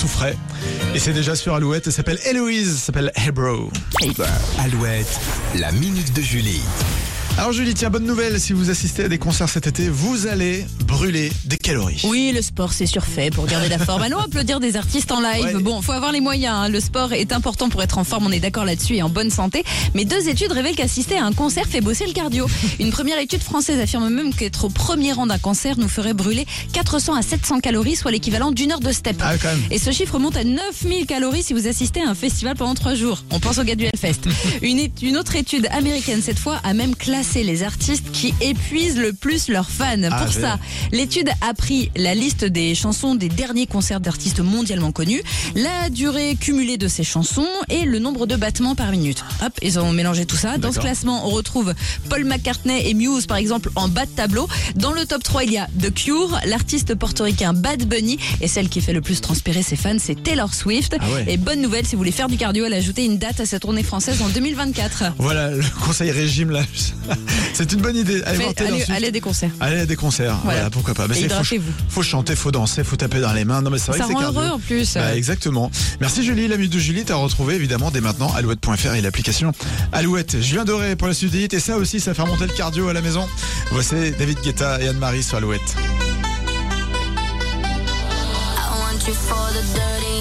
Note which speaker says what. Speaker 1: tout frais. Et c'est déjà sur Alouette. Elle s'appelle Héloïse, elle s'appelle Hebro.
Speaker 2: Alouette, la minute de Julie.
Speaker 1: Alors Julie, tiens, bonne nouvelle, si vous assistez à des concerts cet été, vous allez brûler des calories.
Speaker 3: Oui, le sport, c'est surfait pour garder la forme. Allons applaudir des artistes en live.
Speaker 1: Ouais.
Speaker 3: Bon, faut avoir les moyens. hein. Le sport est important pour être en forme, on est d'accord là-dessus, et en bonne santé. Mais deux études révèlent qu'assister à un concert fait bosser le cardio. Une première étude française affirme même qu'être au premier rang d'un concert nous ferait brûler 400 à 700 calories, soit l'équivalent d'une heure de step.
Speaker 1: Ah, quand même.
Speaker 3: Et ce chiffre monte à 9000 calories si vous assistez à un festival pendant trois jours. On pense au gars du Hellfest. Une, é- une autre étude américaine, cette fois, a même classé les artistes qui épuisent le plus leurs fans.
Speaker 1: Ah,
Speaker 3: Pour
Speaker 1: génial.
Speaker 3: ça, l'étude a pris la liste des chansons des derniers concerts d'artistes mondialement connus, la durée cumulée de ces chansons et le nombre de battements par minute. Hop, ils ont mélangé tout ça. Dans ce
Speaker 1: D'accord.
Speaker 3: classement, on retrouve Paul McCartney et Muse, par exemple, en bas de tableau. Dans le top 3, il y a The Cure, l'artiste portoricain Bad Bunny, et celle qui fait le plus transpirer ses fans, c'est Taylor Swift.
Speaker 1: Ah ouais.
Speaker 3: Et bonne nouvelle, si vous voulez faire du cardio, elle a ajouté une date à sa tournée française en 2024.
Speaker 1: Voilà, le conseil régime là, c'est une bonne idée. Allez
Speaker 3: Fait-
Speaker 1: voir Taylor
Speaker 3: allez-
Speaker 1: Swift.
Speaker 3: allez à des concerts.
Speaker 1: Allez à des concerts, voilà,
Speaker 3: Voilà.
Speaker 1: pourquoi pas. Mais
Speaker 3: Et
Speaker 1: c'est- faut,
Speaker 3: hydratez-vous.
Speaker 1: faut chanter, faut danser, faut taper dans les mains. Non mais c'est vrai
Speaker 3: Ça
Speaker 1: que c'est
Speaker 3: rend
Speaker 1: cardio.
Speaker 3: heureux en plus.
Speaker 1: Bah, exactement. Merci Julie, l'ami de Julie, t'as retrouvé évidemment dès maintenant alouette.fr et l'application Alouette. Julien Doré pour la suite des hits, et ça aussi, ça fait remonter le cardio à la maison. Voici David Guetta et Anne-Marie sur Alouette.
Speaker 4: I want you for the dirty